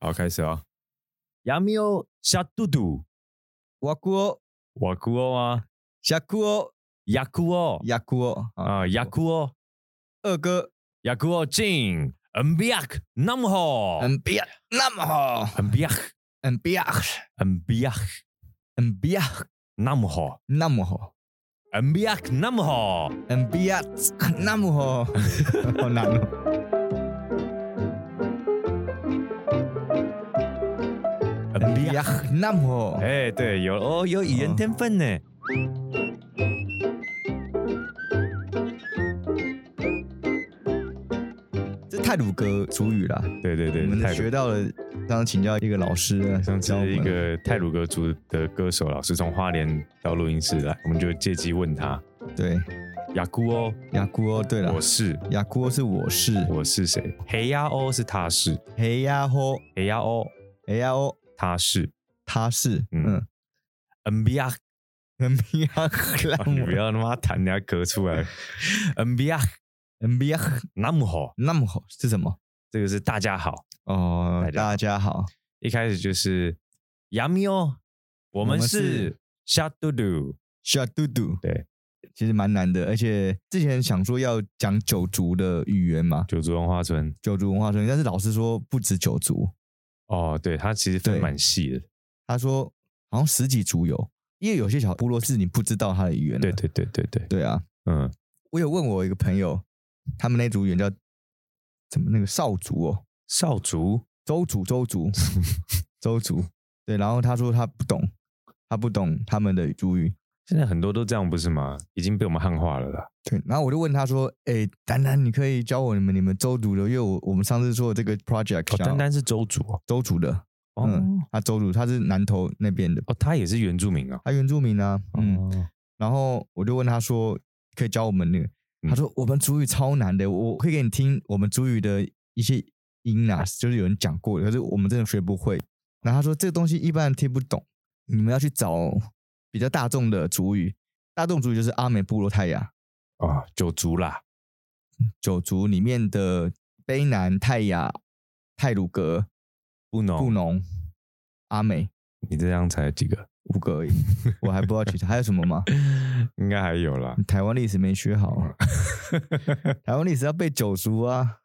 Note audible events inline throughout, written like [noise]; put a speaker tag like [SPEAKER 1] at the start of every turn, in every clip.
[SPEAKER 1] 好，开始啊！
[SPEAKER 2] 闇をシャドド
[SPEAKER 3] ワクオ、
[SPEAKER 1] 瓦库欧啊，
[SPEAKER 3] シャクオ、
[SPEAKER 2] ヤクオ
[SPEAKER 3] ヤクオ
[SPEAKER 1] 啊，雅库欧，
[SPEAKER 3] 二哥，
[SPEAKER 2] ヤクオ进 NBIAC 那么
[SPEAKER 1] 哦
[SPEAKER 2] 好
[SPEAKER 3] 嗯，不要那么好，
[SPEAKER 2] NBIAC
[SPEAKER 3] 嗯，不要，
[SPEAKER 2] NBIAC
[SPEAKER 3] 嗯，不要
[SPEAKER 2] 那么好
[SPEAKER 3] 那么好，
[SPEAKER 2] NBIAC 那么好，
[SPEAKER 3] 嗯，不要那
[SPEAKER 1] [laughs]
[SPEAKER 3] 么好，好难哦。
[SPEAKER 2] NBIAC
[SPEAKER 3] 呀，那么好，
[SPEAKER 2] 哎，对，有哦，有语言
[SPEAKER 3] 哦
[SPEAKER 2] 天分呢。
[SPEAKER 3] 这泰鲁格主语啦，
[SPEAKER 1] 对对对
[SPEAKER 3] 我，
[SPEAKER 1] 泰
[SPEAKER 3] 们
[SPEAKER 1] 鲁
[SPEAKER 3] 学到了，刚刚请教一个老师，
[SPEAKER 1] 上次
[SPEAKER 3] 教我们
[SPEAKER 1] 一个泰鲁格族的歌手老师从花莲到录音室来，我们就借机问他
[SPEAKER 3] 对
[SPEAKER 1] 雅库欧，
[SPEAKER 3] 雅库哦，对了
[SPEAKER 1] 我，是
[SPEAKER 3] 雅库哦是我是，
[SPEAKER 1] 我是谁？黑鸭欧是他是
[SPEAKER 3] 嘿呀吼，
[SPEAKER 1] 黑鸭欧
[SPEAKER 3] 嘿呀哦，
[SPEAKER 1] 他是，
[SPEAKER 3] 他是，
[SPEAKER 1] 嗯
[SPEAKER 3] 嗯，
[SPEAKER 1] [laughs]
[SPEAKER 2] NBIAC
[SPEAKER 3] 嗯，不要那
[SPEAKER 1] 哎你不
[SPEAKER 3] 么，
[SPEAKER 1] 要他妈弹，你要咳出 [laughs] 来。
[SPEAKER 2] NBIAC
[SPEAKER 3] 嗯，不要
[SPEAKER 2] 那么好，
[SPEAKER 3] 那么好是什么？
[SPEAKER 2] 这个是大家好。
[SPEAKER 3] 哦，
[SPEAKER 1] 大
[SPEAKER 3] 大家好，
[SPEAKER 1] 一开始就是
[SPEAKER 2] 闇哦，我们
[SPEAKER 3] 们
[SPEAKER 2] 是
[SPEAKER 3] 是
[SPEAKER 2] s h a d o d
[SPEAKER 3] 小嘟嘟，
[SPEAKER 1] 对，
[SPEAKER 3] 其实蛮难的，而且之前想说要讲九族的语言嘛，
[SPEAKER 1] 九族文化村
[SPEAKER 3] 九族文化村，但是老师说不止九族，
[SPEAKER 1] 哦，对，它其实分
[SPEAKER 3] 对
[SPEAKER 1] 蛮细的，
[SPEAKER 3] 他说好像十几族有，因为有些小部落是你不知道他的语言的，
[SPEAKER 1] 对对对对对，
[SPEAKER 3] 对啊，
[SPEAKER 1] 嗯，
[SPEAKER 3] 我有问我一个朋友，他们那族语言叫怎么那个少族哦，
[SPEAKER 1] 少族
[SPEAKER 3] 周族周
[SPEAKER 1] [laughs]
[SPEAKER 3] 族周族，对，然后他说他不懂，他不懂他们的族语，
[SPEAKER 1] 现在很多都这样，不是吗？已经被我们汉化了啦。
[SPEAKER 3] 对，然后我就问他说：“哎，丹丹，你可以教我你们你们周族的，因为我我们上次做的这个 project，
[SPEAKER 1] 哦，
[SPEAKER 3] 想要
[SPEAKER 1] 单单是周族哦，
[SPEAKER 3] 周族的，
[SPEAKER 1] 哦，
[SPEAKER 3] 嗯他周族他是南投那边的，
[SPEAKER 1] 哦他也是原住民啊、
[SPEAKER 3] 他原住民啊，嗯，
[SPEAKER 1] 哦，
[SPEAKER 3] 然后我就问他说，可以教我们那个？
[SPEAKER 1] 嗯
[SPEAKER 3] 他说我们主语超难的，我我可以给你听我们主语的一些音啊，就是有人讲过的，可是我们真的学不会。然后他说这个东西一般人听不懂，你们要去找比较大众的主语，大众主语就是阿美部落泰雅
[SPEAKER 1] 啊，九族啦，
[SPEAKER 3] 九族里面的卑南、泰雅、泰鲁格、
[SPEAKER 1] 布农，
[SPEAKER 3] 布，农、阿美
[SPEAKER 1] 你这样才几个？
[SPEAKER 3] 五个
[SPEAKER 1] [laughs]
[SPEAKER 3] 而已，我还不知道其他还有什么吗？
[SPEAKER 1] 应该还有啦。
[SPEAKER 3] 台湾历史没学好、
[SPEAKER 1] [laughs]
[SPEAKER 3] 啊，台湾历史要背九族啊，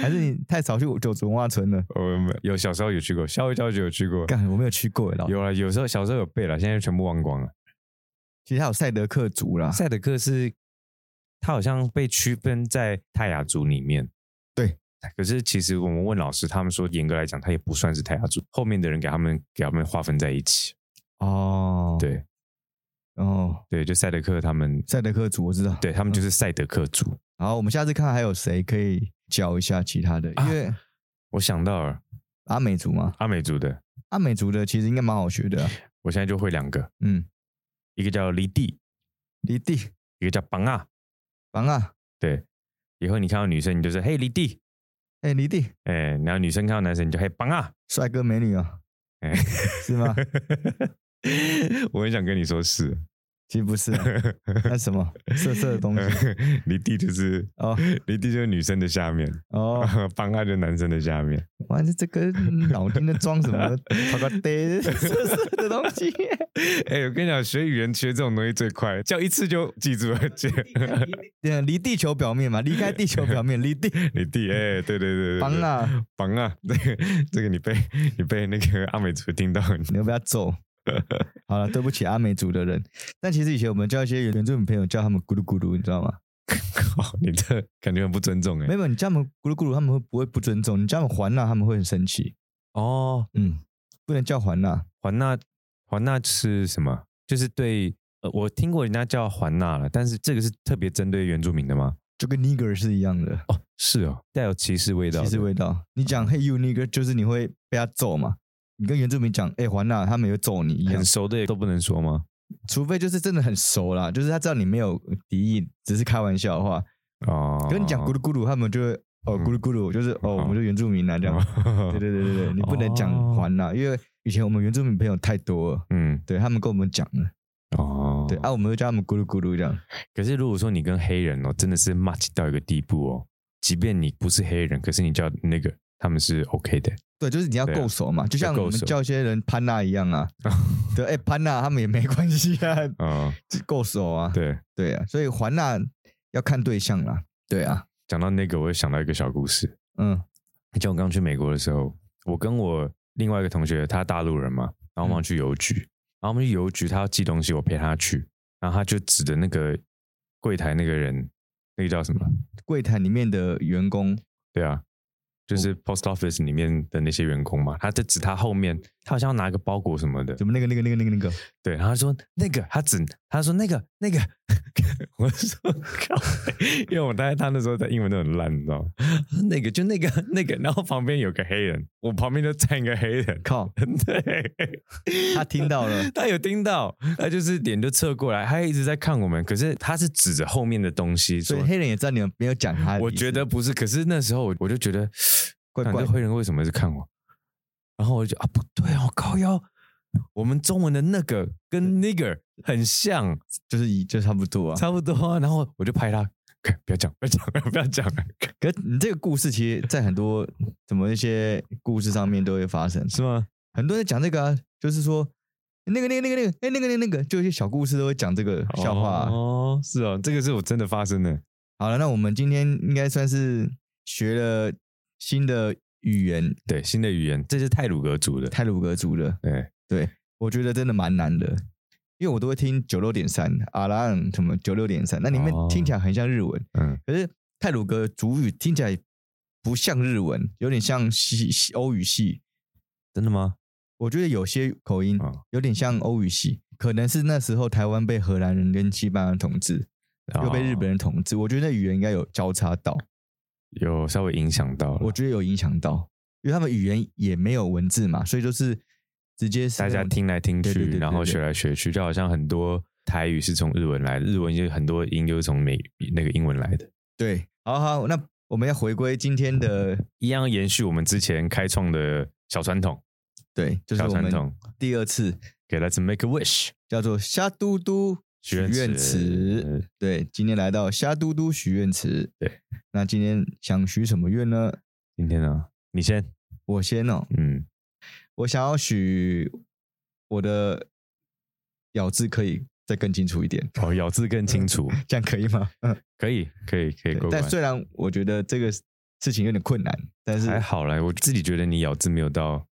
[SPEAKER 3] 还是你太少去九族文化村了？
[SPEAKER 1] 我们有小时候有去过，校外教学有去过，
[SPEAKER 3] 干，我没有去过耶老师。
[SPEAKER 1] 有啦，有时候小时候有背了，现在全部忘光了。
[SPEAKER 3] 其实还有赛德克族啦，
[SPEAKER 1] 赛德克是，他好像被区分在泰雅族里面。
[SPEAKER 3] 对，
[SPEAKER 1] 可是其实我们问老师，他们说严格来讲，他也不算是泰雅族，后面的人给他们给他们划分在一起。
[SPEAKER 3] 哦，，
[SPEAKER 1] 对
[SPEAKER 3] 哦，
[SPEAKER 1] 对，就赛德克他们，
[SPEAKER 3] 赛德克族我知道。
[SPEAKER 1] 对他们就是赛德克族。
[SPEAKER 3] 好，我们下次看还有谁可以教一下其他的，
[SPEAKER 1] 啊
[SPEAKER 3] 因为
[SPEAKER 1] 我想到了
[SPEAKER 3] 阿美族嘛，
[SPEAKER 1] 阿美族的，
[SPEAKER 3] 阿美族的其实应该蛮好学的啊、
[SPEAKER 1] 我现在就会两个，
[SPEAKER 3] 嗯，
[SPEAKER 1] 一个叫离地，
[SPEAKER 3] 离地
[SPEAKER 1] 一个叫邦啊。
[SPEAKER 3] 房啊，
[SPEAKER 1] 对，以后你看到女生，你就说嘿离地，
[SPEAKER 3] 哎，离地
[SPEAKER 1] 哎、然后女生看到男生，你就嘿邦啊。
[SPEAKER 3] 帅哥美女啊，
[SPEAKER 1] 哎
[SPEAKER 3] 是
[SPEAKER 1] [laughs]
[SPEAKER 3] 吗？
[SPEAKER 1] 我很想跟你说是，
[SPEAKER 3] 其实不是、啊，那什么色色的东西
[SPEAKER 1] [laughs] 离地就是 [laughs]
[SPEAKER 3] 哦
[SPEAKER 1] 离地就是女生的下面， [laughs]
[SPEAKER 3] 哦，
[SPEAKER 1] 邦啊就是男生的下面。
[SPEAKER 3] 哇，这这个脑筋在装什么？他个呆色色的东
[SPEAKER 1] [laughs]
[SPEAKER 3] 西，
[SPEAKER 1] 哎、我跟你讲，学语言学这种东西最快，叫一次就记 [laughs] 住了。姐，
[SPEAKER 3] 对，离地球表面嘛，离开地球表面，离地
[SPEAKER 1] 离地，哎、对对对对，
[SPEAKER 3] 房啊。
[SPEAKER 1] 绑啊， [laughs] 这个这个你被你被那个阿美族听到，
[SPEAKER 3] 你要不要走？好了，对不起阿美族的人，但其实以前我们叫一些原住民朋友叫他们咕噜咕噜，你知道
[SPEAKER 1] 哎
[SPEAKER 3] 吗？
[SPEAKER 1] 靠， [laughs] 你这感觉很不尊重哎、
[SPEAKER 3] 没有，你叫他们咕噜咕噜，他们会不会不尊重？你叫他们环娜，他们会很生气。
[SPEAKER 1] 哦，
[SPEAKER 3] 嗯，不能叫环娜，
[SPEAKER 1] 环娜，环娜是什么？就是对，呃，我听过人家叫环娜了，但是这个是特别针对原住民的吗？
[SPEAKER 3] 就跟 nigger 是一样的，
[SPEAKER 1] 哦，是哦，带有歧视味道
[SPEAKER 3] 歧
[SPEAKER 1] 的，
[SPEAKER 3] 视味道。你
[SPEAKER 1] 嗯
[SPEAKER 3] 讲 hey you nigger，就是你会被他揍嘛。你跟原住民讲哎环娜，他们也会揍你
[SPEAKER 1] [laughs]
[SPEAKER 3] 一样
[SPEAKER 1] 很，熟的也都不能说吗？
[SPEAKER 3] 除非就是真的很熟啦，就是他知道你没有敌意，只是开玩笑的话。
[SPEAKER 1] 哦，嗯
[SPEAKER 3] 跟你讲咕噜咕噜，他们就会哦咕噜咕噜，就是哦我们是原住民啊
[SPEAKER 1] [laughs]
[SPEAKER 3] 这样。对对对对对，你不能
[SPEAKER 1] 哦
[SPEAKER 3] 讲还啦，因为以前我们原住民朋友太多了，
[SPEAKER 1] 嗯，
[SPEAKER 3] 对他们跟我们讲了，
[SPEAKER 1] 哦，
[SPEAKER 3] 对、啊，我们就叫他们咕噜咕噜这样，
[SPEAKER 1] 可是如果说你跟黑人哦，真的是 match 到一个地步哦，即便你不是黑人，可是你叫那个他们是 OK 的。
[SPEAKER 3] 对，就是你要
[SPEAKER 1] 对啊
[SPEAKER 3] 够熟嘛，就像
[SPEAKER 1] 要够
[SPEAKER 3] 我们
[SPEAKER 1] 熟
[SPEAKER 3] 叫一些人潘娜一样
[SPEAKER 1] [laughs]
[SPEAKER 3] 啊，对，哎、潘娜他们也没关系啊， [laughs]
[SPEAKER 1] 嗯，
[SPEAKER 3] 就够熟啊，
[SPEAKER 1] 对。
[SPEAKER 3] 对啊，所以环娜要看对象啦，对啊，
[SPEAKER 1] 讲到那个，我就想到一个小故事。
[SPEAKER 3] 嗯
[SPEAKER 1] 以前我刚去美国的时候，我跟我另外一个同学，他大陆人嘛，然后我们要去邮局，
[SPEAKER 3] 嗯
[SPEAKER 1] 然后我们去邮局，他要寄东西，我陪他去，然后他就指着那个柜台那个人，那个叫什么？
[SPEAKER 3] 柜台里面的员工，
[SPEAKER 1] 对啊，就是
[SPEAKER 3] 嗯
[SPEAKER 1] post office 里面的那些员工嘛，他在指他后面，他好像要拿个包裹什么的，
[SPEAKER 3] 怎么那个那个那个那个那个，
[SPEAKER 1] 对，然后他说那个，他指他说那个那个， [laughs] 我说靠，因为我大概他那时候在英文都很烂，你知道吗？那个就那个那个，然后旁边有个黑人，我旁边就站一个黑人， [laughs]
[SPEAKER 3] 靠，
[SPEAKER 1] 对，，
[SPEAKER 3] 他听到了
[SPEAKER 1] [laughs] 他有听到，他就是脸就侧过来，他一直在看我们，可是他是指着后面的东西
[SPEAKER 3] 所
[SPEAKER 1] 说
[SPEAKER 3] 以，黑人也知道你们没有讲他的意思，
[SPEAKER 1] 我觉得不是，可是那时候我我就觉得
[SPEAKER 3] 怪
[SPEAKER 1] 看
[SPEAKER 3] 怪
[SPEAKER 1] 这，黑人为什么是看我？然后我就觉得啊，不对哦，靠腰，我们中文的那个跟 nigger 很像，
[SPEAKER 3] 就是一就差不多啊。
[SPEAKER 1] 差不多啊。然后我就拍他，看不要讲，不要讲， [laughs] 不要讲，
[SPEAKER 3] 可是你这个故事，其实在很多怎么一些故事上面都会发生，
[SPEAKER 1] 是吗？
[SPEAKER 3] 很多人讲这个、啊，就是说那个那个那个那个，哎、那个那个那个，就一些小故事都会讲这个笑话啊、
[SPEAKER 1] 哦，是哦，这个是我真的发生的。
[SPEAKER 3] 好了，那我们今天应该算是学了新的语言
[SPEAKER 1] 对，新的语言，这是泰鲁格族的。
[SPEAKER 3] 泰鲁格族了。
[SPEAKER 1] 对，
[SPEAKER 3] 对，我觉得真的蛮难的，因为我都会听九六点三阿拉昂什么九六点三，那里面
[SPEAKER 1] 哦
[SPEAKER 3] 听起来很像日文，
[SPEAKER 1] 嗯，
[SPEAKER 3] 可是泰鲁格族语听起来不像日文，有点像西西欧语系。
[SPEAKER 1] 真的吗？
[SPEAKER 3] 我觉得有些口音
[SPEAKER 1] 哦
[SPEAKER 3] 有点像欧语系，可能是那时候台湾被荷兰人跟西班牙人统治，又被日本
[SPEAKER 1] 哦
[SPEAKER 3] 人统治。我觉得那语言应该有交叉到，
[SPEAKER 1] 有稍微影响到了
[SPEAKER 3] 我觉得有影响到，因为他们语言也没有文字嘛，所以就是直接是
[SPEAKER 1] 大
[SPEAKER 3] 那
[SPEAKER 1] 家
[SPEAKER 3] 种
[SPEAKER 1] 听来听
[SPEAKER 3] 对对对
[SPEAKER 1] 去，
[SPEAKER 3] 对
[SPEAKER 1] 然后
[SPEAKER 3] 对
[SPEAKER 1] 学来学去，就好像很多台语是从日文来的，日文也有很多音就是从美那个英文来的。
[SPEAKER 3] 对。好好，那我们要回归今天的
[SPEAKER 1] 一样延续我们之前开创的小传统，
[SPEAKER 3] 对，就是
[SPEAKER 1] 小
[SPEAKER 3] 我
[SPEAKER 1] 传
[SPEAKER 3] 们
[SPEAKER 1] 统。
[SPEAKER 3] 第二次
[SPEAKER 1] Okay, let's make a wish。
[SPEAKER 3] 叫做虾嘟嘟许愿池。
[SPEAKER 1] 呃
[SPEAKER 3] 对，今天来到虾嘟嘟许愿池。
[SPEAKER 1] 对，
[SPEAKER 3] 那今天想许什么愿呢？
[SPEAKER 1] 今天呢，你先，
[SPEAKER 3] 我先哦，
[SPEAKER 1] 嗯，
[SPEAKER 3] 我想要许我的咬字可以再更清楚一点，
[SPEAKER 1] 哦，咬字更清楚，
[SPEAKER 3] 这样可以吗？嗯，
[SPEAKER 1] 可以，可以，可以
[SPEAKER 3] 对
[SPEAKER 1] 过关
[SPEAKER 3] 但。虽然我觉得这个事情有点困难，但是
[SPEAKER 1] 还好啦，我自己觉得你咬字没有到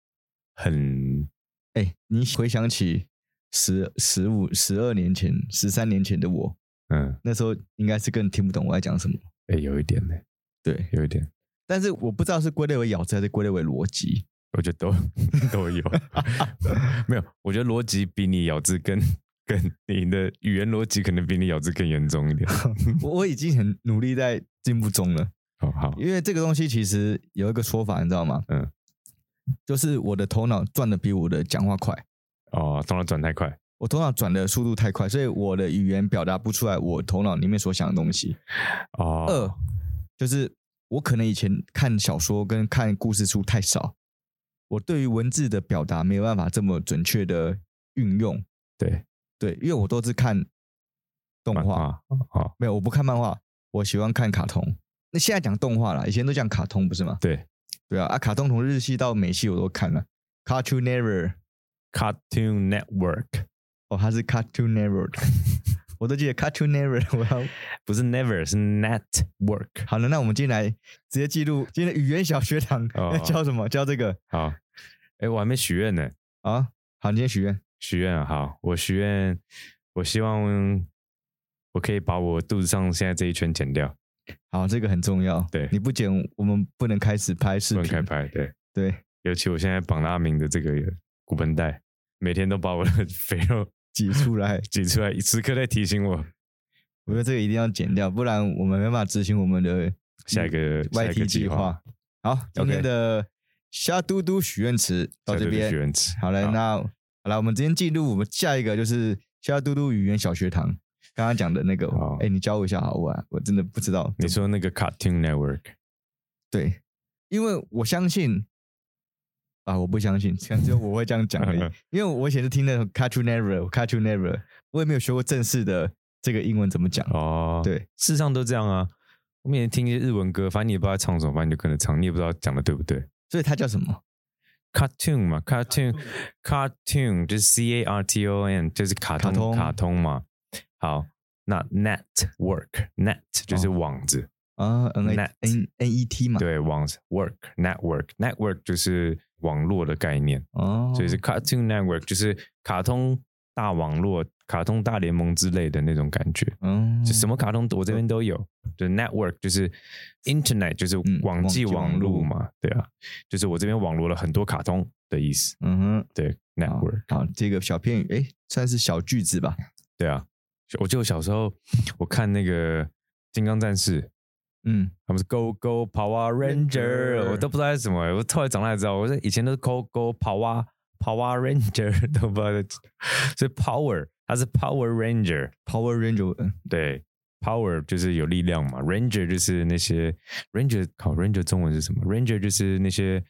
[SPEAKER 1] 很，
[SPEAKER 3] 哎、你回想起十十五、十二年前、十三年前的我，
[SPEAKER 1] 嗯，
[SPEAKER 3] 那时候应该是更听不懂我在讲什么。
[SPEAKER 1] 哎、有一点呢、
[SPEAKER 3] 对，
[SPEAKER 1] 有一点，
[SPEAKER 3] 但是我不知道是归类为咬字还是归类为逻辑。
[SPEAKER 1] 我觉得
[SPEAKER 3] [laughs]
[SPEAKER 1] 都都有， [laughs] 没有，我觉得逻辑比你咬字更更，你的语言逻辑可能比你咬字更严重一点。
[SPEAKER 3] 我我已经很努力在进步中了，
[SPEAKER 1] 好好，
[SPEAKER 3] 因为这个东西其实有一个说法，你知道吗？
[SPEAKER 1] 嗯，
[SPEAKER 3] 就是我的头脑转的比我的讲话快，
[SPEAKER 1] 哦，动了转太快，
[SPEAKER 3] 我头脑转的速度太快，所以我的语言表达不出来我头脑里面所想的东西。
[SPEAKER 1] 哦，
[SPEAKER 3] 二就是我可能以前看小说跟看故事书太少，我对于文字的表达没有办法这么准确的运用。
[SPEAKER 1] 对，
[SPEAKER 3] 对，因为我都是看动
[SPEAKER 1] 漫
[SPEAKER 3] 画，
[SPEAKER 1] 画，哦，
[SPEAKER 3] 没有，我不看漫画，我喜欢看卡通。那现在讲动画啦，以前都讲卡通不是吗？
[SPEAKER 1] 对
[SPEAKER 3] 对啊，啊，卡通从日系到美系我都看了。Cartoon Network，
[SPEAKER 1] ，Cartoon Network。
[SPEAKER 3] 哦，它是 Cartoon Network，我 [laughs] 都记得 Cartoon Network。我要
[SPEAKER 1] 不是 never 是 network。
[SPEAKER 3] 好了，那我们进来直接记录今天的语言小学堂
[SPEAKER 1] 哦
[SPEAKER 3] 要教什么？教这个
[SPEAKER 1] 好，哎、我还没许愿呢，
[SPEAKER 3] 啊？好，你先许愿。
[SPEAKER 1] 许愿啊好，我许愿，我希望我可以把我肚子上现在这一圈剪掉，
[SPEAKER 3] 好，这个很重要。
[SPEAKER 1] 对
[SPEAKER 3] 你不剪，我们不能开始拍视
[SPEAKER 1] 不能
[SPEAKER 3] 频。
[SPEAKER 1] 开拍。对，
[SPEAKER 3] 对，
[SPEAKER 1] 尤其我现在绑了阿明的这个骨盆带，每天都把我的 [laughs] 肥肉
[SPEAKER 3] 挤
[SPEAKER 1] [laughs]
[SPEAKER 3] 出来，
[SPEAKER 1] 挤出来，时刻在提醒我
[SPEAKER 3] 我觉得这个一定要剪掉，不然我们没办法执行我们的
[SPEAKER 1] 下一个、下一个
[SPEAKER 3] YT 嗯计
[SPEAKER 1] 划。
[SPEAKER 3] 划。好，今天的虾嘟嘟许愿池到这
[SPEAKER 1] 下一个许
[SPEAKER 3] 边。
[SPEAKER 1] 愿池
[SPEAKER 3] 好了，那好了，我们今天进入我们下一个就是虾嘟嘟语言小学堂。刚刚讲的那个
[SPEAKER 1] 好，
[SPEAKER 3] 哎，你教我一下好不好？我真的不知道。
[SPEAKER 1] 你说那个 Cartoon Network
[SPEAKER 3] 对，因为我相信啊，我不相信，可能只有我会这样
[SPEAKER 1] [laughs]
[SPEAKER 3] 讲而已因为我以前是听那种 Cartoon Network，Cartoon Network，我也没有学过正式的这个英文怎么讲。
[SPEAKER 1] 哦，，
[SPEAKER 3] 对，
[SPEAKER 1] 事实上都这样啊。我每天听一些日文歌，反正你也不知道他唱什么，反正你就跟着唱，你也不知道讲的对不对。
[SPEAKER 3] 所以它叫什么？
[SPEAKER 1] cartoon 嘛，cartoon，cartoon 就是 c a r t o n，就是卡通
[SPEAKER 3] 卡通
[SPEAKER 1] 卡通嘛。好，那 network，net 就是
[SPEAKER 3] 哦
[SPEAKER 1] 网子，
[SPEAKER 3] 啊，N A
[SPEAKER 1] Net
[SPEAKER 3] N N E T 嘛，，
[SPEAKER 1] 对，网子 work network network 就是网络的概念，
[SPEAKER 3] 哦，
[SPEAKER 1] 所以是 cartoon network 就是卡通大网络、卡通大联盟之类的那种感觉。
[SPEAKER 3] 嗯，
[SPEAKER 1] 就什么卡通我这边都有，就是 network 就是 internet 就是
[SPEAKER 3] 嗯
[SPEAKER 1] 网际
[SPEAKER 3] 网际
[SPEAKER 1] 网
[SPEAKER 3] 网
[SPEAKER 1] 络
[SPEAKER 3] 络
[SPEAKER 1] 嘛，对啊，就是我这边网络了很多卡通的意思，
[SPEAKER 3] 嗯哼，
[SPEAKER 1] 对
[SPEAKER 3] 好
[SPEAKER 1] network，
[SPEAKER 3] 好，这个小片语，哎，算是小句子吧，
[SPEAKER 1] 对啊，我记得我小时候我看那个金刚战士，
[SPEAKER 3] 嗯，
[SPEAKER 1] 他们是 Go Go Power Ranger，
[SPEAKER 3] Ranger
[SPEAKER 1] 我都不知道是什么、我后来长大才知道，我说以前都是 Go Go Power Power Ranger，都 [laughs] 不知道在，所以 Power 它是 Power Ranger，
[SPEAKER 3] Power Ranger，嗯
[SPEAKER 1] 对，power 就是有力量嘛，ranger 就是那些 ranger 考 ranger 中文是什么？ranger 就是那些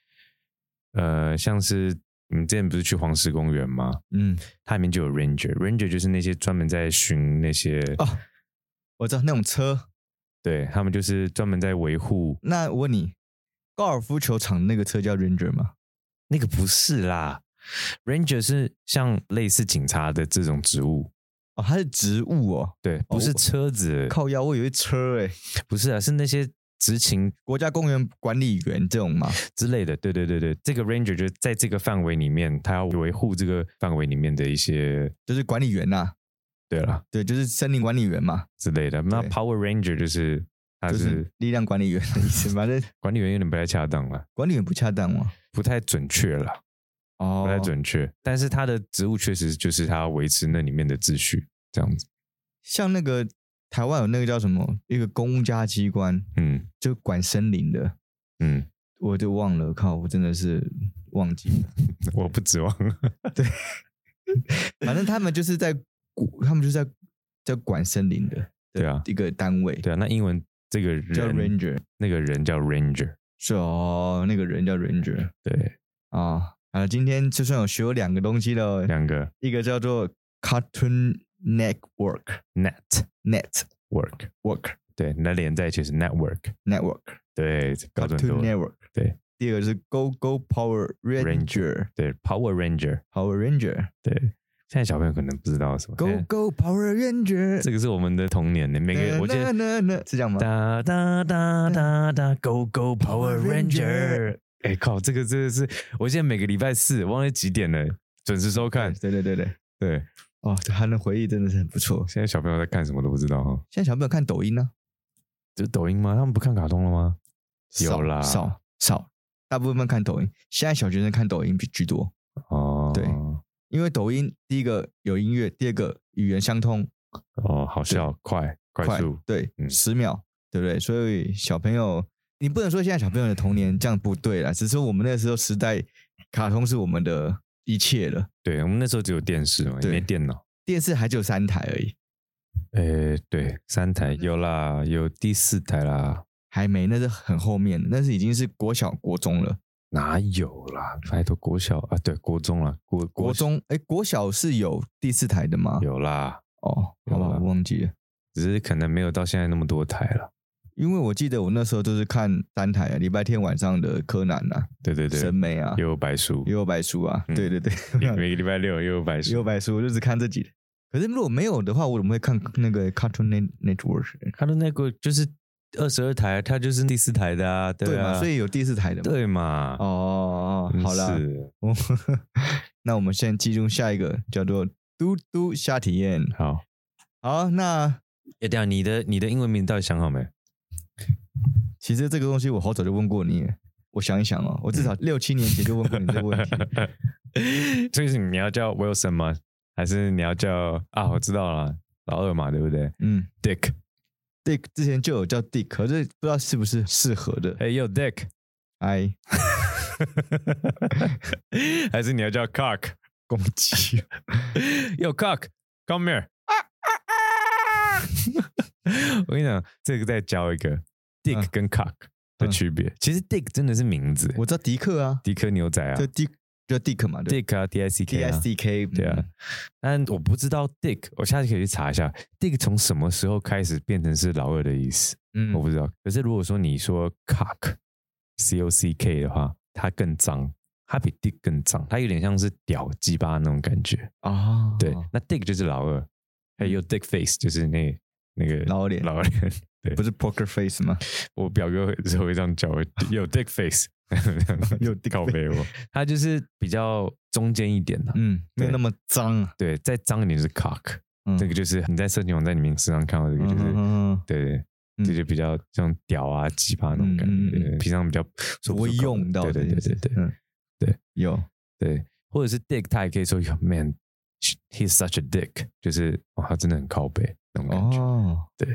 [SPEAKER 1] 呃，像是你之前不是去黄石公园吗？
[SPEAKER 3] 嗯，
[SPEAKER 1] 它里面就有 ranger，ranger 就是那些专门在巡那些，
[SPEAKER 3] 哦，我知道那种车。
[SPEAKER 1] 对他们就是专门在维护
[SPEAKER 3] 那我问你，高尔夫球场那个车叫 Ranger 吗？
[SPEAKER 1] 那个不是啦，ranger 是像类似警察的这种职务，
[SPEAKER 3] 哦，它是植物哦，
[SPEAKER 1] 对，不是车子，
[SPEAKER 3] 靠腰我以为车哎、
[SPEAKER 1] 不是啊，是那些执勤
[SPEAKER 3] 国家公园管理员这种嘛，
[SPEAKER 1] 之类的，对对对对，这个 ranger 就是在这个范围里面，他要维护这个范围里面的一些，
[SPEAKER 3] 就是管理员呐、
[SPEAKER 1] 对了
[SPEAKER 3] 对，就是森林管理员嘛，
[SPEAKER 1] 之类的。那
[SPEAKER 3] 对
[SPEAKER 1] power ranger 就是他
[SPEAKER 3] 就是是力量管理员的意思，反正
[SPEAKER 1] 管理员有点不太恰当了，
[SPEAKER 3] 管理员不恰当嘛。
[SPEAKER 1] 不太准确了，
[SPEAKER 3] 哦
[SPEAKER 1] 不太。准确。但是他的职务确实就是他要维持那里面的秩序，这样子。
[SPEAKER 3] 像那个台湾有那个叫什么，一个公家机关
[SPEAKER 1] 嗯
[SPEAKER 3] 就管森林的，
[SPEAKER 1] 嗯，
[SPEAKER 3] 我就忘了，靠，我真的是忘记了。
[SPEAKER 1] 我不指望。 [laughs]
[SPEAKER 3] 反正他们就是在，他们就是在在管森林的
[SPEAKER 1] 对啊，
[SPEAKER 3] 一个单位，
[SPEAKER 1] 对啊，那英文这个
[SPEAKER 3] 叫
[SPEAKER 1] 人，
[SPEAKER 3] Ranger。
[SPEAKER 1] 那个人叫 ranger，
[SPEAKER 3] 是哦，那个人叫 Ranger [laughs]
[SPEAKER 1] 对，
[SPEAKER 3] 啊啊！今天就算有学有两个东西了，
[SPEAKER 1] 两个
[SPEAKER 3] 一个叫做 Cartoon Network
[SPEAKER 1] net
[SPEAKER 3] Network
[SPEAKER 1] work，对，那连在一起是 network，
[SPEAKER 3] Network
[SPEAKER 1] 对，搞准多了，
[SPEAKER 3] Cartoon Network
[SPEAKER 1] 对。
[SPEAKER 3] 第二个是 Go Go Power Ranger
[SPEAKER 1] 对，power ranger。
[SPEAKER 3] Power Ranger
[SPEAKER 1] 对，现在小朋友可能不知道什么。现
[SPEAKER 3] Go
[SPEAKER 1] 在
[SPEAKER 3] Go Power Ranger，
[SPEAKER 1] 这个是我们的童年的，每个我记得
[SPEAKER 3] 得是这样吗？
[SPEAKER 1] 哒哒哒哒哒，Go Go Power
[SPEAKER 3] Power Ranger
[SPEAKER 1] Ranger。哎靠，这个真的是，我现在每个礼拜四忘了几点了，准时收看。
[SPEAKER 3] 对对对对，
[SPEAKER 1] 对，
[SPEAKER 3] 哦，这还能回忆真的是很不错。
[SPEAKER 1] 现在小朋友在看什么都不知道哈，
[SPEAKER 3] 现在小朋友看抖音呢，
[SPEAKER 1] 就抖音吗？他们不看卡通了吗？
[SPEAKER 3] 少
[SPEAKER 1] 有啦
[SPEAKER 3] 少少，大部分看抖音。现在小学生看抖音比居多。
[SPEAKER 1] 哦，
[SPEAKER 3] 对因为抖音第一个有音乐，第二个语言相通，
[SPEAKER 1] 哦，好笑，快快速，
[SPEAKER 3] 对，
[SPEAKER 1] 嗯
[SPEAKER 3] 十、秒，对不对？所以小朋友，你不能说现在小朋友的童年这样不对啦，只是我们那时候时代，卡通是我们的一切了，
[SPEAKER 1] 对我们那时候只有电视嘛，也
[SPEAKER 3] 对
[SPEAKER 1] 没电脑。
[SPEAKER 3] 电视还只有三台而已，
[SPEAKER 1] 诶，对，三台
[SPEAKER 3] 嗯
[SPEAKER 1] 有啦，有第四台啦，
[SPEAKER 3] 还没，那是很后面的，那是已经是国小国中了，
[SPEAKER 1] 哪有啦？拜托，国小啊，对，国中啊啦，国
[SPEAKER 3] 国中，哎，国小是有第四台的吗？
[SPEAKER 1] 有啦，
[SPEAKER 3] 哦，
[SPEAKER 1] 有
[SPEAKER 3] 好吧，
[SPEAKER 1] 啦
[SPEAKER 3] 我忘记了。
[SPEAKER 1] 只是可能没有到现在那么多台了。
[SPEAKER 3] 因为我记得我那时候就是看三台啊，礼拜天晚上的柯南啊、
[SPEAKER 1] 对对对
[SPEAKER 3] 审，美啊、
[SPEAKER 1] 也有白书，
[SPEAKER 3] 幽游白书啊，
[SPEAKER 1] 嗯
[SPEAKER 3] 对对对，
[SPEAKER 1] 每个礼拜六也有白
[SPEAKER 3] 有
[SPEAKER 1] 书。
[SPEAKER 3] 白书，我就只看这几个。可是如果没有的话，我怎么会看那个 Cartoon Net- Network？
[SPEAKER 1] 他的那个就是二十二台，它就是第四台的啊，
[SPEAKER 3] 对
[SPEAKER 1] 啊，
[SPEAKER 3] 嘛，所以有第四台的嘛。
[SPEAKER 1] 对嘛，
[SPEAKER 3] 哦，哦，哦好啦，
[SPEAKER 1] 是
[SPEAKER 3] 我 [laughs] 那我们现在进入下一个叫做“嘟嘟下体验
[SPEAKER 1] 好。”。
[SPEAKER 3] 好，那
[SPEAKER 1] 哎，等一下你的你的英文名到底想好没？
[SPEAKER 3] 其实这个东西我好早就问过你，我想一想哦，
[SPEAKER 1] 嗯
[SPEAKER 3] 我至少六七年前就问过你这个问题。
[SPEAKER 1] [laughs] 所以是你要叫 Wilson 吗？还是你要叫啊？我知道了，老二嘛，对不对
[SPEAKER 3] 嗯
[SPEAKER 1] ？Dick，
[SPEAKER 3] ，Dick 之前就有叫 Dick，可是不知道是不是适合的。
[SPEAKER 1] 哎呦 Dick，
[SPEAKER 3] 哎，
[SPEAKER 1] [laughs] 还是你要叫 Cock？
[SPEAKER 3] 攻击
[SPEAKER 1] Yo, cock, come here！我跟你讲，这个再教一个 dick
[SPEAKER 3] 嗯
[SPEAKER 1] 跟 cock 的区别。其实 dick 真的是名字，
[SPEAKER 3] 我知道迪克啊，
[SPEAKER 1] 迪克牛仔啊
[SPEAKER 3] 叫，迪就 Dick 嘛对
[SPEAKER 1] ，Dick 啊，D I C
[SPEAKER 3] ，D
[SPEAKER 1] K 啊
[SPEAKER 3] S。D K，
[SPEAKER 1] 对啊，但我不知道 Dick，我下次可以去查一下 Dick 从什么时候开始变成是老二的意思，
[SPEAKER 3] 嗯，
[SPEAKER 1] 我不知道。可是如果说你说 cock，c o c k 的话，它更脏，它比 Dick 更脏，它有点像是屌鸡巴那种感觉。
[SPEAKER 3] 啊，
[SPEAKER 1] 对，那 Dick 就是老二，还有 Dick face 就是那那个
[SPEAKER 3] 嗯老脸
[SPEAKER 1] 老二脸。对
[SPEAKER 3] 不是 Poker
[SPEAKER 1] [laughs]
[SPEAKER 3] Face 吗？
[SPEAKER 1] 我表哥会只会这样叫
[SPEAKER 3] [laughs]
[SPEAKER 1] 我，有 Dick face，
[SPEAKER 3] 有 dick
[SPEAKER 1] 告别我，他就是比较中间一点的、
[SPEAKER 3] 嗯，没有
[SPEAKER 1] 对
[SPEAKER 3] 那么脏啊，
[SPEAKER 1] 对，再脏一点就是 cock。
[SPEAKER 3] 嗯
[SPEAKER 1] 这个就是你在色情网站里面时常看到这个，就是、
[SPEAKER 3] 嗯嗯
[SPEAKER 1] 对对，
[SPEAKER 3] 嗯
[SPEAKER 1] 这就比较像屌啊、鸡巴那种感
[SPEAKER 3] 嗯嗯
[SPEAKER 1] 觉，
[SPEAKER 3] 嗯嗯
[SPEAKER 1] 平常比较
[SPEAKER 3] 嗯不会用到
[SPEAKER 1] 对
[SPEAKER 3] 这
[SPEAKER 1] 对
[SPEAKER 3] 件
[SPEAKER 1] 对
[SPEAKER 3] 事，
[SPEAKER 1] 对对对
[SPEAKER 3] 嗯，
[SPEAKER 1] 对，
[SPEAKER 3] 有，
[SPEAKER 1] 对，或者是 dick，他也可以说 "Yo, man。He's such a dick，就是哦，他真的很靠背那种感觉
[SPEAKER 3] 哦，
[SPEAKER 1] 对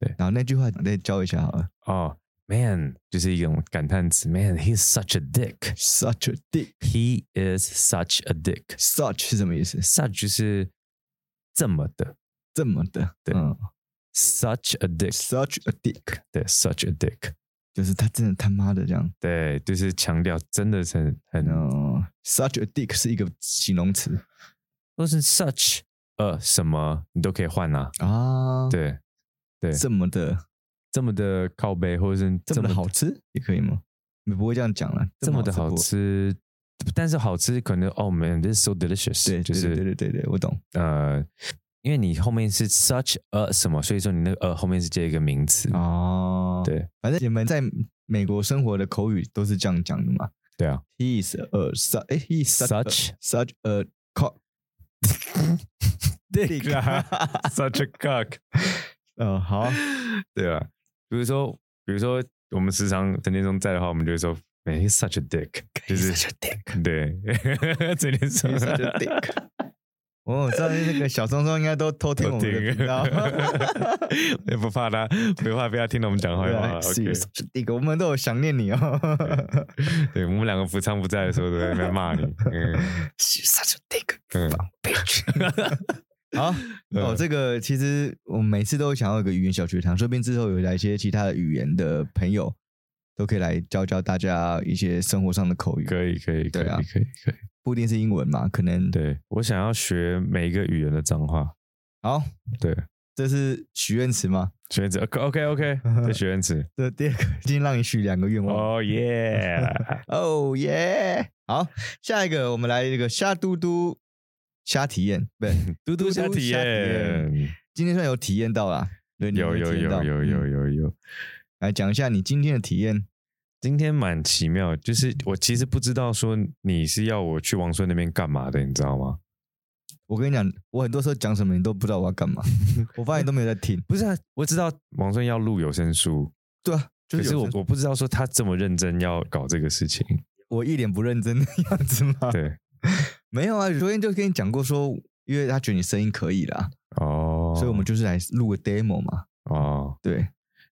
[SPEAKER 1] 对
[SPEAKER 3] 然后那句话再教一下好了
[SPEAKER 1] 哦。man，就是一种感叹词。Man，he's such a dick。
[SPEAKER 3] ，such a dick。
[SPEAKER 1] He is such a dick。
[SPEAKER 3] Such 是什么意思？
[SPEAKER 1] Such 就是这么的
[SPEAKER 3] 这么的，
[SPEAKER 1] 对
[SPEAKER 3] 嗯、
[SPEAKER 1] ，such a dick。
[SPEAKER 3] ，such a dick，
[SPEAKER 1] 对，such a dick。
[SPEAKER 3] 就是他真的他妈的这样。
[SPEAKER 1] 对，就是强调真的是很很
[SPEAKER 3] 然后 such a dick 是一个形容词
[SPEAKER 1] 都是 such 呃什么你都可以换啊。
[SPEAKER 3] 啊，，
[SPEAKER 1] 对，对，
[SPEAKER 3] 这么的
[SPEAKER 1] 这么的靠背，或者是
[SPEAKER 3] 这么
[SPEAKER 1] 么
[SPEAKER 3] 的好吃也可以吗？你不会这样讲了，
[SPEAKER 1] 这么的好
[SPEAKER 3] 不，
[SPEAKER 1] 吃，但是好吃可能哦，man，this is so delicious，
[SPEAKER 3] 对，
[SPEAKER 1] 就
[SPEAKER 3] 对对
[SPEAKER 1] 是
[SPEAKER 3] 对对对对，我懂，
[SPEAKER 1] 呃，因为你后面是 such a 什么，所以说你那个 a 后面是接一个名词。
[SPEAKER 3] 哦，，
[SPEAKER 1] 对，
[SPEAKER 3] 反正你们在美国生活的口语都是这样讲的嘛。
[SPEAKER 1] 对啊，
[SPEAKER 3] He is a such，哎，he is
[SPEAKER 1] Such-
[SPEAKER 3] [laughs] such a- such a cock，
[SPEAKER 1] dick [laughs]
[SPEAKER 3] [laughs]
[SPEAKER 1] 啦，such a cock，
[SPEAKER 3] 呃，好啊，
[SPEAKER 1] 对啊，比如说，比如说我们时常整天中在的话，我们就会说，man he's such a dick，就是 such a dick，对，整天中
[SPEAKER 3] He's such a dick 哦我知道那个小松松应该都偷听我们的频道。 [laughs]
[SPEAKER 1] 也 [laughs] 不怕他，不怕被他听到我们讲坏话。
[SPEAKER 3] 对啊
[SPEAKER 1] OK，
[SPEAKER 3] 是是第一个，我们都有想念你哦。
[SPEAKER 1] 对我们两个不唱不在的时候都在那边骂你。嗯
[SPEAKER 3] 是 such a dick
[SPEAKER 1] 嗯
[SPEAKER 3] bitch。好，
[SPEAKER 1] 啊
[SPEAKER 3] [laughs] 哦，这个其实我每次都想要有个语言小学堂，说不定之后有来一些其他的语言的朋友，都可以来教教大家一些生活上的口语，
[SPEAKER 1] 可以可以可以
[SPEAKER 3] 对啊
[SPEAKER 1] 可以可以。
[SPEAKER 3] 不一定是英文嘛，可能。
[SPEAKER 1] 对我想要学每一个语言的脏话。
[SPEAKER 3] 好，
[SPEAKER 1] 对，
[SPEAKER 3] 这是许愿池吗？
[SPEAKER 1] 许愿池 OK
[SPEAKER 3] [laughs]
[SPEAKER 1] OK，这许愿池。
[SPEAKER 3] 这第二个已经让你许两个愿望。 [laughs]
[SPEAKER 1] 哦耶！
[SPEAKER 3] 哦耶！好，下一个我们来一个虾嘟嘟虾体验，不对，
[SPEAKER 1] 嘟嘟下体验，
[SPEAKER 3] 今天算有体验到啦。对，你
[SPEAKER 1] 有有
[SPEAKER 3] 体验
[SPEAKER 1] 有
[SPEAKER 3] 到
[SPEAKER 1] 有有
[SPEAKER 3] 嗯
[SPEAKER 1] 有有。
[SPEAKER 3] 来讲一下你今天的体验。
[SPEAKER 1] 今天蛮奇妙，就是我其实不知道说你是要我去王顺那边干嘛的，你知道吗？
[SPEAKER 3] 我跟你讲，我很多时候讲什么你都不知道我要
[SPEAKER 1] [laughs]
[SPEAKER 3] 干嘛，我发现你都没有在听。
[SPEAKER 1] 不是啊，我知道王顺要录有声书，
[SPEAKER 3] 对啊，就
[SPEAKER 1] 可是
[SPEAKER 3] 有
[SPEAKER 1] 我
[SPEAKER 3] 时候
[SPEAKER 1] 我不知道说他这么认真要搞这个事情。
[SPEAKER 3] 我一脸不认真的样子吗？
[SPEAKER 1] 对，
[SPEAKER 3] 没有啊，昨天就跟你讲过说，因为他觉得你声音可以啦，
[SPEAKER 1] 哦，
[SPEAKER 3] 所以我们就是来录个 demo 嘛。
[SPEAKER 1] 哦，
[SPEAKER 3] 对，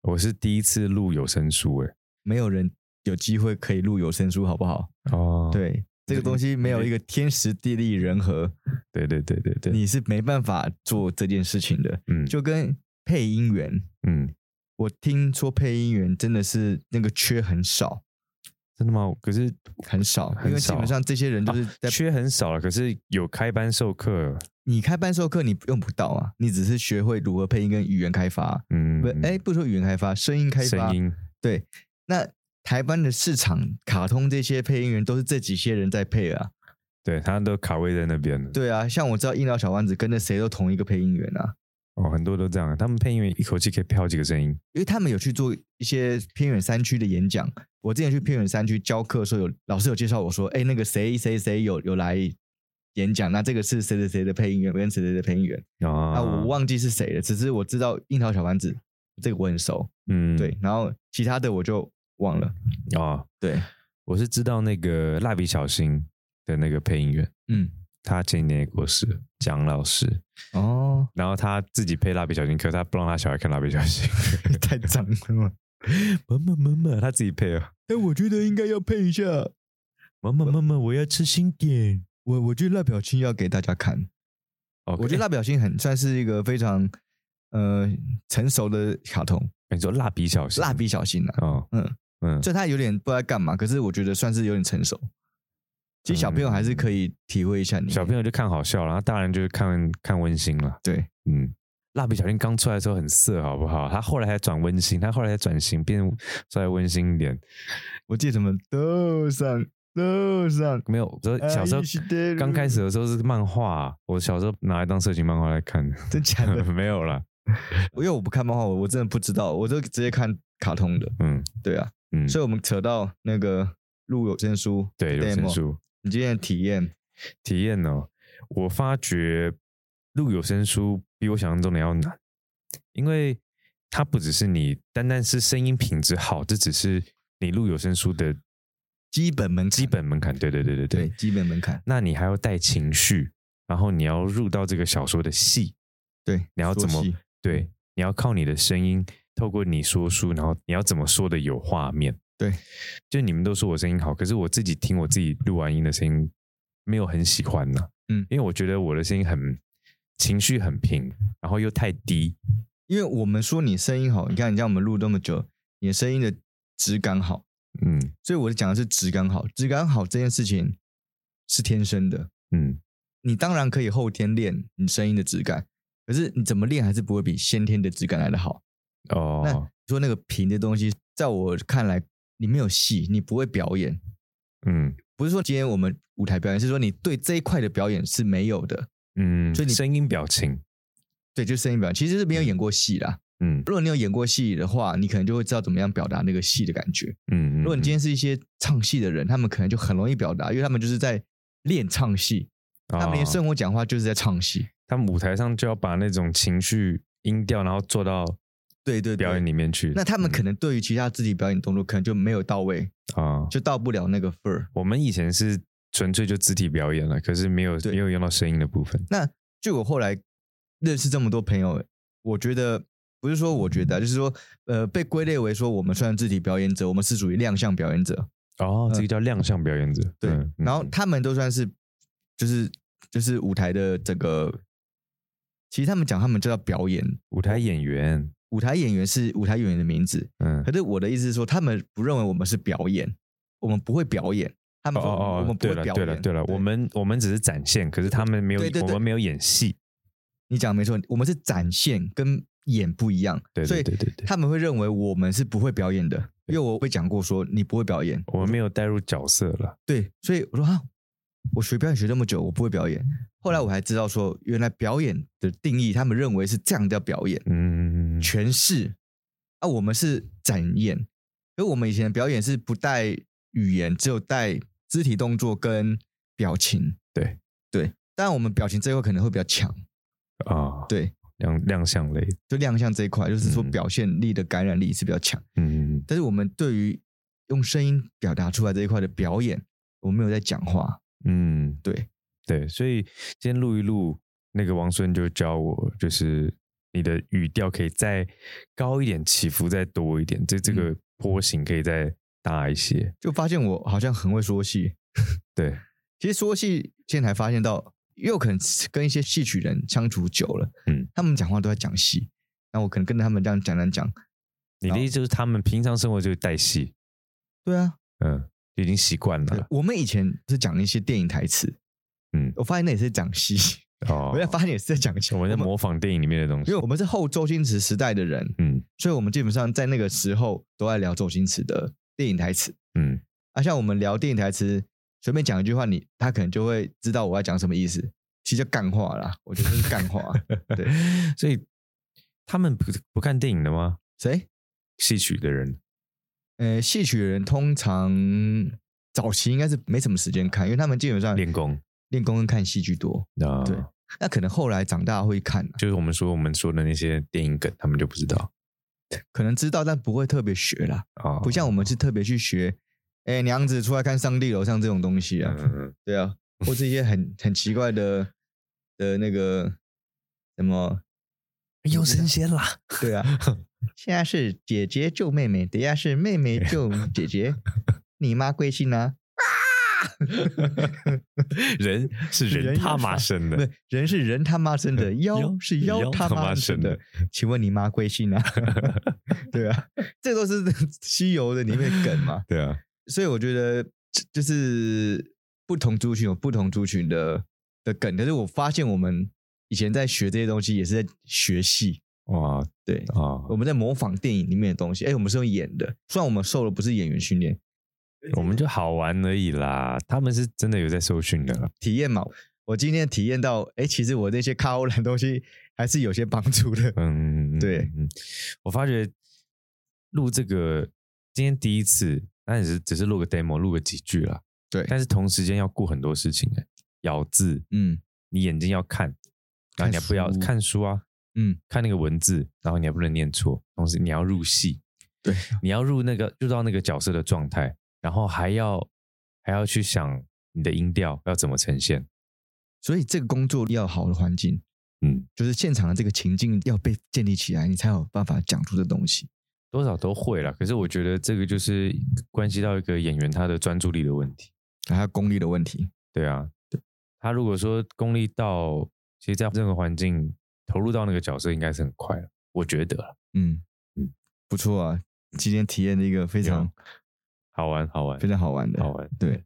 [SPEAKER 1] 我是第一次录有声书，哎诶。
[SPEAKER 3] 没有人有机会可以录有声书，好不好？
[SPEAKER 1] 哦，
[SPEAKER 3] 对，这个东西没有一个天时地利人和，
[SPEAKER 1] 对对对对对，
[SPEAKER 3] 你是没办法做这件事情的。
[SPEAKER 1] 嗯
[SPEAKER 3] 就跟配音员，
[SPEAKER 1] 嗯，
[SPEAKER 3] 我听说配音员真的是那个缺很少，
[SPEAKER 1] 真的吗？可是
[SPEAKER 3] 很少，
[SPEAKER 1] 很
[SPEAKER 3] 因为基
[SPEAKER 1] 少
[SPEAKER 3] 本上这些人就是在、
[SPEAKER 1] 缺很少了，可是有开班授课，
[SPEAKER 3] 你开班授课你用不到啊，你只是学会如何配音跟语言开发，
[SPEAKER 1] 嗯，
[SPEAKER 3] 不，哎，不说语言开发，声音开发
[SPEAKER 1] 声。音，
[SPEAKER 3] 对，那台湾的市场，卡通这些配音员都是这几些人在配啊。
[SPEAKER 1] 对他都卡位在那边了。
[SPEAKER 3] 对啊，像我知道樱桃小丸子跟着谁都同一个配音员啊，
[SPEAKER 1] 哦，很多都这样，他们配音员一口气可以配好几个声音。
[SPEAKER 3] 因为他们有去做一些偏远山区的演讲。我之前去偏远山区教课的时候有，老师有介绍我说，哎，那个谁谁谁有有来演讲，那这个是谁谁谁的配音员跟谁谁的配音员，
[SPEAKER 1] 哦
[SPEAKER 3] 啊，我忘记是谁了，只是我知道樱桃小丸子这个我很熟，
[SPEAKER 1] 嗯，
[SPEAKER 3] 对，然后其他的我就忘了，
[SPEAKER 1] 哦，
[SPEAKER 3] 对，
[SPEAKER 1] 我是知道那个蜡笔小新的那个配音员，
[SPEAKER 3] 嗯，
[SPEAKER 1] 他前年也过世了，蒋老师。 [laughs]
[SPEAKER 3] 哦，
[SPEAKER 1] 然后他自己配蜡笔小新，可是他不让他小孩看蜡笔小新。 [laughs]
[SPEAKER 3] 太脏了嘛，
[SPEAKER 1] 妈妈妈妈，他自己配啊。
[SPEAKER 3] 但我觉得应该要配一下，
[SPEAKER 1] 妈妈妈妈，我要吃新点。
[SPEAKER 3] 我我觉得蜡表亲要给大家看，
[SPEAKER 1] 哦，
[SPEAKER 3] 我觉得蜡表亲很算是一个非常呃成熟的卡通，
[SPEAKER 1] 诶你说蜡笔小新，
[SPEAKER 3] 蜡笔小新啊，
[SPEAKER 1] 哦，嗯
[SPEAKER 3] 嗯
[SPEAKER 1] 嗯，
[SPEAKER 3] 就他有点不知道干嘛，可是我觉得算是有点成熟。其实小朋友还是可以体会一下你。
[SPEAKER 1] 嗯小朋友就看好笑，然后大人就是看看温馨了。
[SPEAKER 3] 对，
[SPEAKER 1] 嗯，蜡笔小新刚出来的时候很色，好不好？他后来还转温馨，他后来还转型变稍微温馨一点。
[SPEAKER 3] 我记得什么都上都上，
[SPEAKER 1] 没有，我说小时候
[SPEAKER 3] 哎是的
[SPEAKER 1] 刚开始的时候是漫画，我小时候拿来当色情漫画来看的，
[SPEAKER 3] 真假的？
[SPEAKER 1] [laughs] 没有啦。
[SPEAKER 3] 因为我不看漫画，我我真的不知道，我就直接看卡通的。
[SPEAKER 1] 嗯
[SPEAKER 3] 对啊，
[SPEAKER 1] 嗯，
[SPEAKER 3] 所以我们扯到那个录有声书，
[SPEAKER 1] 对，有声
[SPEAKER 3] demo
[SPEAKER 1] 书
[SPEAKER 3] 你今天的体验，
[SPEAKER 1] 体验哦，我发觉录有声书比我想象中的要难，因为它不只是你单单是声音品质好，这只是你录有声书的
[SPEAKER 3] 基本门槛
[SPEAKER 1] 基本门槛。对对对对
[SPEAKER 3] 对
[SPEAKER 1] 对，
[SPEAKER 3] 基本门槛，
[SPEAKER 1] 那你还要带情绪，然后你要入到这个小说的戏，
[SPEAKER 3] 对，
[SPEAKER 1] 你要
[SPEAKER 3] 说
[SPEAKER 1] 怎么
[SPEAKER 3] 戏
[SPEAKER 1] 对，你要靠你的声音，透过你说书，然后你要怎么说的有画面。
[SPEAKER 3] 对，
[SPEAKER 1] 就你们都说我声音好，可是我自己听我自己录完音的声音，没有很喜欢呢、
[SPEAKER 3] 嗯
[SPEAKER 1] 因为我觉得我的声音很情绪很平，然后又太低。
[SPEAKER 3] 因为我们说你声音好，你看你像我们录那么久，你的声音的质感好，
[SPEAKER 1] 嗯
[SPEAKER 3] 所以我讲的是质感好，质感好这件事情是天生的，
[SPEAKER 1] 嗯，
[SPEAKER 3] 你当然可以后天练你声音的质感，可是你怎么练还是不会比先天的质感来的好。
[SPEAKER 1] 哦，
[SPEAKER 3] 说那个平的东西，在我看来，你没有戏，你不会表演。
[SPEAKER 1] 嗯
[SPEAKER 3] 不是说今天我们舞台表演，是说你对这一块的表演是没有的。
[SPEAKER 1] 嗯，
[SPEAKER 3] 所以你
[SPEAKER 1] 声音表情，
[SPEAKER 3] 对，就声音表演，其实是没有演过戏啦。
[SPEAKER 1] 嗯
[SPEAKER 3] 如果你有演过戏的话，你可能就会知道怎么样表达那个戏的感觉。
[SPEAKER 1] 嗯，
[SPEAKER 3] 如果你今
[SPEAKER 1] 天
[SPEAKER 3] 天是一些唱戏的人，他们可能就很容易表达，因为他们就是在练唱戏，
[SPEAKER 1] 哦
[SPEAKER 3] 他们连生活讲话就是在唱戏。
[SPEAKER 1] 嗯他们舞台上就要把那种情绪音调，然后做到
[SPEAKER 3] 对对对，
[SPEAKER 1] 表演里面去。
[SPEAKER 3] 那他们可能对于其他肢体表演动作可能就没有到位，
[SPEAKER 1] 啊，
[SPEAKER 3] 就到不了那个份儿。
[SPEAKER 1] 我们以前是纯粹就肢体表演了，啊可是没有
[SPEAKER 3] 对
[SPEAKER 1] 没有用到声音的部分。
[SPEAKER 3] 那就我后来认识这么多朋友，我觉得不是说我觉得啊，就是说呃，被归类为说我们算肢体表演者，我们是属于亮相表演者，
[SPEAKER 1] 哦，这个叫亮相表演者。
[SPEAKER 3] 嗯对。
[SPEAKER 1] 嗯
[SPEAKER 3] 然后
[SPEAKER 1] 嗯
[SPEAKER 3] 他们都算是就是就是舞台的这个，其实他们讲他们就叫表演，
[SPEAKER 1] 舞台演员，
[SPEAKER 3] 舞台演员是舞台演员的名字。
[SPEAKER 1] 嗯
[SPEAKER 3] 可，是我的意思是说，他们不认为我们是表演，我们不会表演，他
[SPEAKER 1] 哦
[SPEAKER 3] 们说我
[SPEAKER 1] 哦哦
[SPEAKER 3] 们，不
[SPEAKER 1] 对
[SPEAKER 3] 会
[SPEAKER 1] 了
[SPEAKER 3] 表演。
[SPEAKER 1] 对了对了，我们我们只是展现，可是他们没有
[SPEAKER 3] 对对，对
[SPEAKER 1] 我们没有演戏。
[SPEAKER 3] 你讲得没错，我们是展现跟演不一样，
[SPEAKER 1] 对对对
[SPEAKER 3] 所以
[SPEAKER 1] 对对，
[SPEAKER 3] 他们会认为我们是不会表演的，因为我会讲过说你不会表演，
[SPEAKER 1] 我们没有带入角色了。
[SPEAKER 3] 对，所以我说啊，我学表演学那么久，我不会表演。后来我还知道说，原来表演的定义，他们认为是这样叫表演，
[SPEAKER 1] 嗯，
[SPEAKER 3] 诠释啊，我们是展演，因为我们以前的表演是不带语言，只有带肢体动作跟表情，
[SPEAKER 1] 对
[SPEAKER 3] 对，但我们表情这一块可能会比较强，
[SPEAKER 1] 啊，
[SPEAKER 3] 对，
[SPEAKER 1] 亮亮相类。
[SPEAKER 3] 就亮相这一块，就是说
[SPEAKER 1] 嗯
[SPEAKER 3] 表现力的感染力是比较强。
[SPEAKER 1] 嗯，
[SPEAKER 3] 但是我们对于用声音表达出来这一块的表演，我们没有在讲话。
[SPEAKER 1] 嗯，
[SPEAKER 3] 对
[SPEAKER 1] 对，所以今天录一录，那个王孙就教我，就是你的语调可以再高一点，起伏再多一点，这这
[SPEAKER 3] 嗯
[SPEAKER 1] 个波形可以再大一些。
[SPEAKER 3] 就发现我好像很会说戏。
[SPEAKER 1] 对，
[SPEAKER 3] 其实说戏现在才发现到，因为我可能跟一些戏曲人相处久了，
[SPEAKER 1] 嗯，
[SPEAKER 3] 他们讲话都在讲戏，那我可能跟着他们这样讲讲讲，
[SPEAKER 1] 你的意思就是他们平常生活就是带戏，
[SPEAKER 3] 对啊，
[SPEAKER 1] 嗯，就已经习惯
[SPEAKER 3] [laughs]
[SPEAKER 1] 了。
[SPEAKER 3] 我们以前是讲一些电影台词，
[SPEAKER 1] 啊嗯
[SPEAKER 3] 我发现那也是讲戏，
[SPEAKER 1] 哦，
[SPEAKER 3] 我在发现也是在讲戏，
[SPEAKER 1] 我们在模仿电影里面的东
[SPEAKER 3] 因
[SPEAKER 1] 西
[SPEAKER 3] 为。我们是后周星驰时代的人，
[SPEAKER 1] 嗯
[SPEAKER 3] 所以我们基本上在那个时候都在聊周星驰的电影台词。
[SPEAKER 1] 嗯
[SPEAKER 3] [laughs] 啊，像我们聊电影台词，随便讲一句话，你他可能就会知道我要讲什么意思。其实就干话啦，我觉得是干话。对，
[SPEAKER 1] 所以他们不不看电影的吗？
[SPEAKER 3] 谁？
[SPEAKER 1] 戏曲的人
[SPEAKER 3] 呃，戏曲人通常早期应该是没什么时间看，因为他们基本上
[SPEAKER 1] 练功，
[SPEAKER 3] 练功跟看戏剧多。
[SPEAKER 1] 啊，
[SPEAKER 3] 哎对那可能后来长大会看啊，
[SPEAKER 1] 就是我们说我们说的那些电影梗，他们就不知道
[SPEAKER 3] 可能知道，但不会特别学啦。
[SPEAKER 1] 啊，
[SPEAKER 3] 不像我们是特别去学，哎、娘子出来看上帝楼上这种东西啊
[SPEAKER 1] 嗯。嗯嗯
[SPEAKER 3] 对啊，或是一些很很奇怪的的那个什么
[SPEAKER 2] 又神仙
[SPEAKER 3] [laughs]
[SPEAKER 2] 啦！
[SPEAKER 3] 对啊，现在是姐姐救妹妹，等一下是妹妹救姐 [laughs] 姐，你妈贵姓啊？
[SPEAKER 1] 人是人
[SPEAKER 3] 人
[SPEAKER 1] 他
[SPEAKER 3] 要
[SPEAKER 1] 妈
[SPEAKER 3] 杀
[SPEAKER 1] 生
[SPEAKER 3] 不
[SPEAKER 1] 的，
[SPEAKER 3] 是，人是人他妈生 [laughs] 的，妖是妖他妈生的。请问你妈贵姓 [laughs] 啊？对啊，这都 [laughs] 是西游的里面的梗嘛。
[SPEAKER 1] 对啊，
[SPEAKER 3] 所以我觉得这就是。不同族群有不同族群的的梗，可是我发现我们以前在学这些东西也是在学戏，
[SPEAKER 1] 哇啊
[SPEAKER 3] 对，我
[SPEAKER 1] 我
[SPEAKER 3] 们在模仿电影里面的东西。哎，我们是用演的，虽然我们受的不是演员训练，
[SPEAKER 1] 我们就好玩而已啦。他们是真的有在受训的啦。
[SPEAKER 3] 体验嘛。我今天体验到，哎，其实我那些卡欧兰东西还是有些帮助的。
[SPEAKER 1] 嗯，
[SPEAKER 3] 对
[SPEAKER 1] 嗯，嗯我发觉录这个今天第一次，那也是只是录个 demo，录个几句啦。
[SPEAKER 3] 对
[SPEAKER 1] 但是同时间要顾很多事情、欸，咬字，
[SPEAKER 3] 嗯
[SPEAKER 1] 你眼睛要看，然后你还不要
[SPEAKER 3] 看书
[SPEAKER 1] 看书啊，
[SPEAKER 3] 嗯，
[SPEAKER 1] 看那个文字，然后你还不能念错，同时你要入戏，
[SPEAKER 3] 对，
[SPEAKER 1] [laughs] 你要入那个入到那个角色的状态，然后还要还要去想你的音调要怎么呈现，
[SPEAKER 3] 所以这个工作要好的环境，
[SPEAKER 1] 嗯，
[SPEAKER 3] 就是现场的这个情境要被建立起来，你才有办法讲出这东西。
[SPEAKER 1] 多少都会啦。可是我觉得这个就是关系到一个演员他的专注力的问题。
[SPEAKER 3] 还有功力的问题，
[SPEAKER 1] 对啊，他如果说功力到，其实在任何环境投入到那个角色，应该是很快了，我觉得啦
[SPEAKER 3] 嗯
[SPEAKER 1] 嗯
[SPEAKER 3] 嗯，不错啊，今天体验了一个非常、
[SPEAKER 1] 对好玩，好玩
[SPEAKER 3] 非，常好玩的，
[SPEAKER 1] 好玩。
[SPEAKER 3] 对，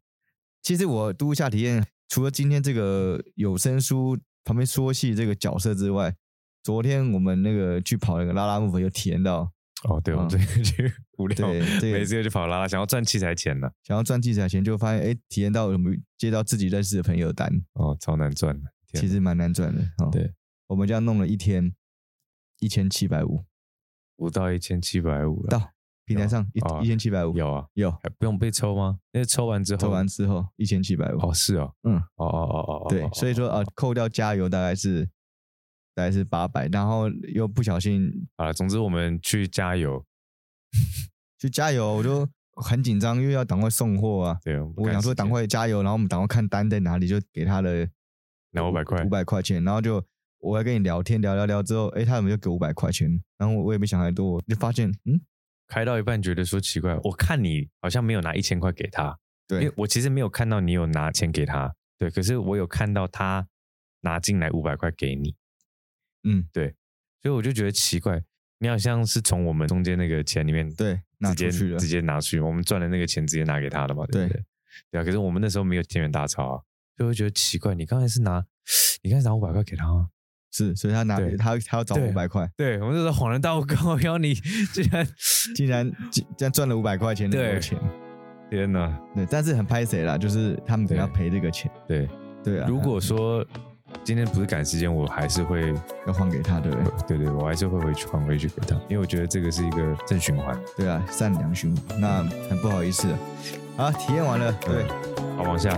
[SPEAKER 3] 其实我读一下体验，除了今天这个有声书旁边说戏这个角色之外，昨天我们那个去跑那个拉拉木粉，有体验到，
[SPEAKER 1] 哦，对，我们
[SPEAKER 3] 嗯
[SPEAKER 1] 最近去无聊， [laughs]
[SPEAKER 3] 对这个
[SPEAKER 1] 每次就去跑啦啦，想要赚器材钱呢。
[SPEAKER 3] 想要赚器材钱，就发现哎，体验到我们接到自己认识的朋友的单，
[SPEAKER 1] 哦，超难赚的，天
[SPEAKER 3] 其实蛮难赚的。哦、
[SPEAKER 1] 对，
[SPEAKER 3] 我们这样弄了一天，一千七百五
[SPEAKER 1] 不到一千七百五了。
[SPEAKER 3] 到平台上一
[SPEAKER 1] 哦
[SPEAKER 3] 一千七百五，
[SPEAKER 1] 有啊，
[SPEAKER 3] 有，
[SPEAKER 1] 还不用被抽吗？那抽完之后，
[SPEAKER 3] 投完之后一千七百五，
[SPEAKER 1] 哦，是哦，
[SPEAKER 3] 嗯。
[SPEAKER 1] 哦哦哦哦哦，
[SPEAKER 3] 对
[SPEAKER 1] 哦，
[SPEAKER 3] 所以说啊，扣掉加油大概是大概是八百，然后又不小心
[SPEAKER 1] 好了，总之我们去加油。
[SPEAKER 3] 去加油，我就很紧张，因为要赶快送货啊。
[SPEAKER 1] 对，
[SPEAKER 3] 我想说赶
[SPEAKER 1] 赶
[SPEAKER 3] 快加油，然后我们赶快看单在哪里，就给他了
[SPEAKER 1] 拿500块
[SPEAKER 3] 五百块钱，然后就我还跟你聊天聊聊聊之后，诶，他们就给五百块钱，然后我我也没想太多，我就发现嗯，
[SPEAKER 1] 开到一半，觉得说奇怪，我看你好像没有拿一千块给他，因
[SPEAKER 3] 对
[SPEAKER 1] 为，我其实没有看到你有拿钱给他，对，可是我有看到他拿进来五百块给你，
[SPEAKER 3] 嗯
[SPEAKER 1] 所以我就觉得奇怪，你好像是从我们中间那个钱里面
[SPEAKER 3] 对，拿
[SPEAKER 1] 直
[SPEAKER 3] 出
[SPEAKER 1] 接
[SPEAKER 3] 去了
[SPEAKER 1] 直，接拿去，我们赚的那个钱直接拿给他了嘛，对不对？对啊，可是我们那时候没有天元大钞啊，所以我会觉得奇怪，你刚才是拿你刚才拿五百块给他吗？
[SPEAKER 3] 是，所以他拿
[SPEAKER 1] 对
[SPEAKER 3] 他他要找
[SPEAKER 1] 对
[SPEAKER 3] 五百块，
[SPEAKER 1] 对，我们那时候恍然大悟， [laughs] 靠腰你竟然
[SPEAKER 3] 竟然竟竟然赚了五百块钱
[SPEAKER 1] 对
[SPEAKER 3] 的钱，
[SPEAKER 1] [laughs] 天哪！
[SPEAKER 3] 对，但是很拍谁啦，就是他们给他
[SPEAKER 1] 对
[SPEAKER 3] 赔这个钱，
[SPEAKER 1] 对，
[SPEAKER 3] 对啊，
[SPEAKER 1] 如果说今天不是赶时间，我还是会 [laughs]
[SPEAKER 3] 要还给他，对不对？
[SPEAKER 1] 对对，我还是会回去还回去给他，因为我觉得这个是一个正循环。
[SPEAKER 3] 对啊，善良循环。那很不好意思，啊，体验完了，对，
[SPEAKER 1] 好，往下，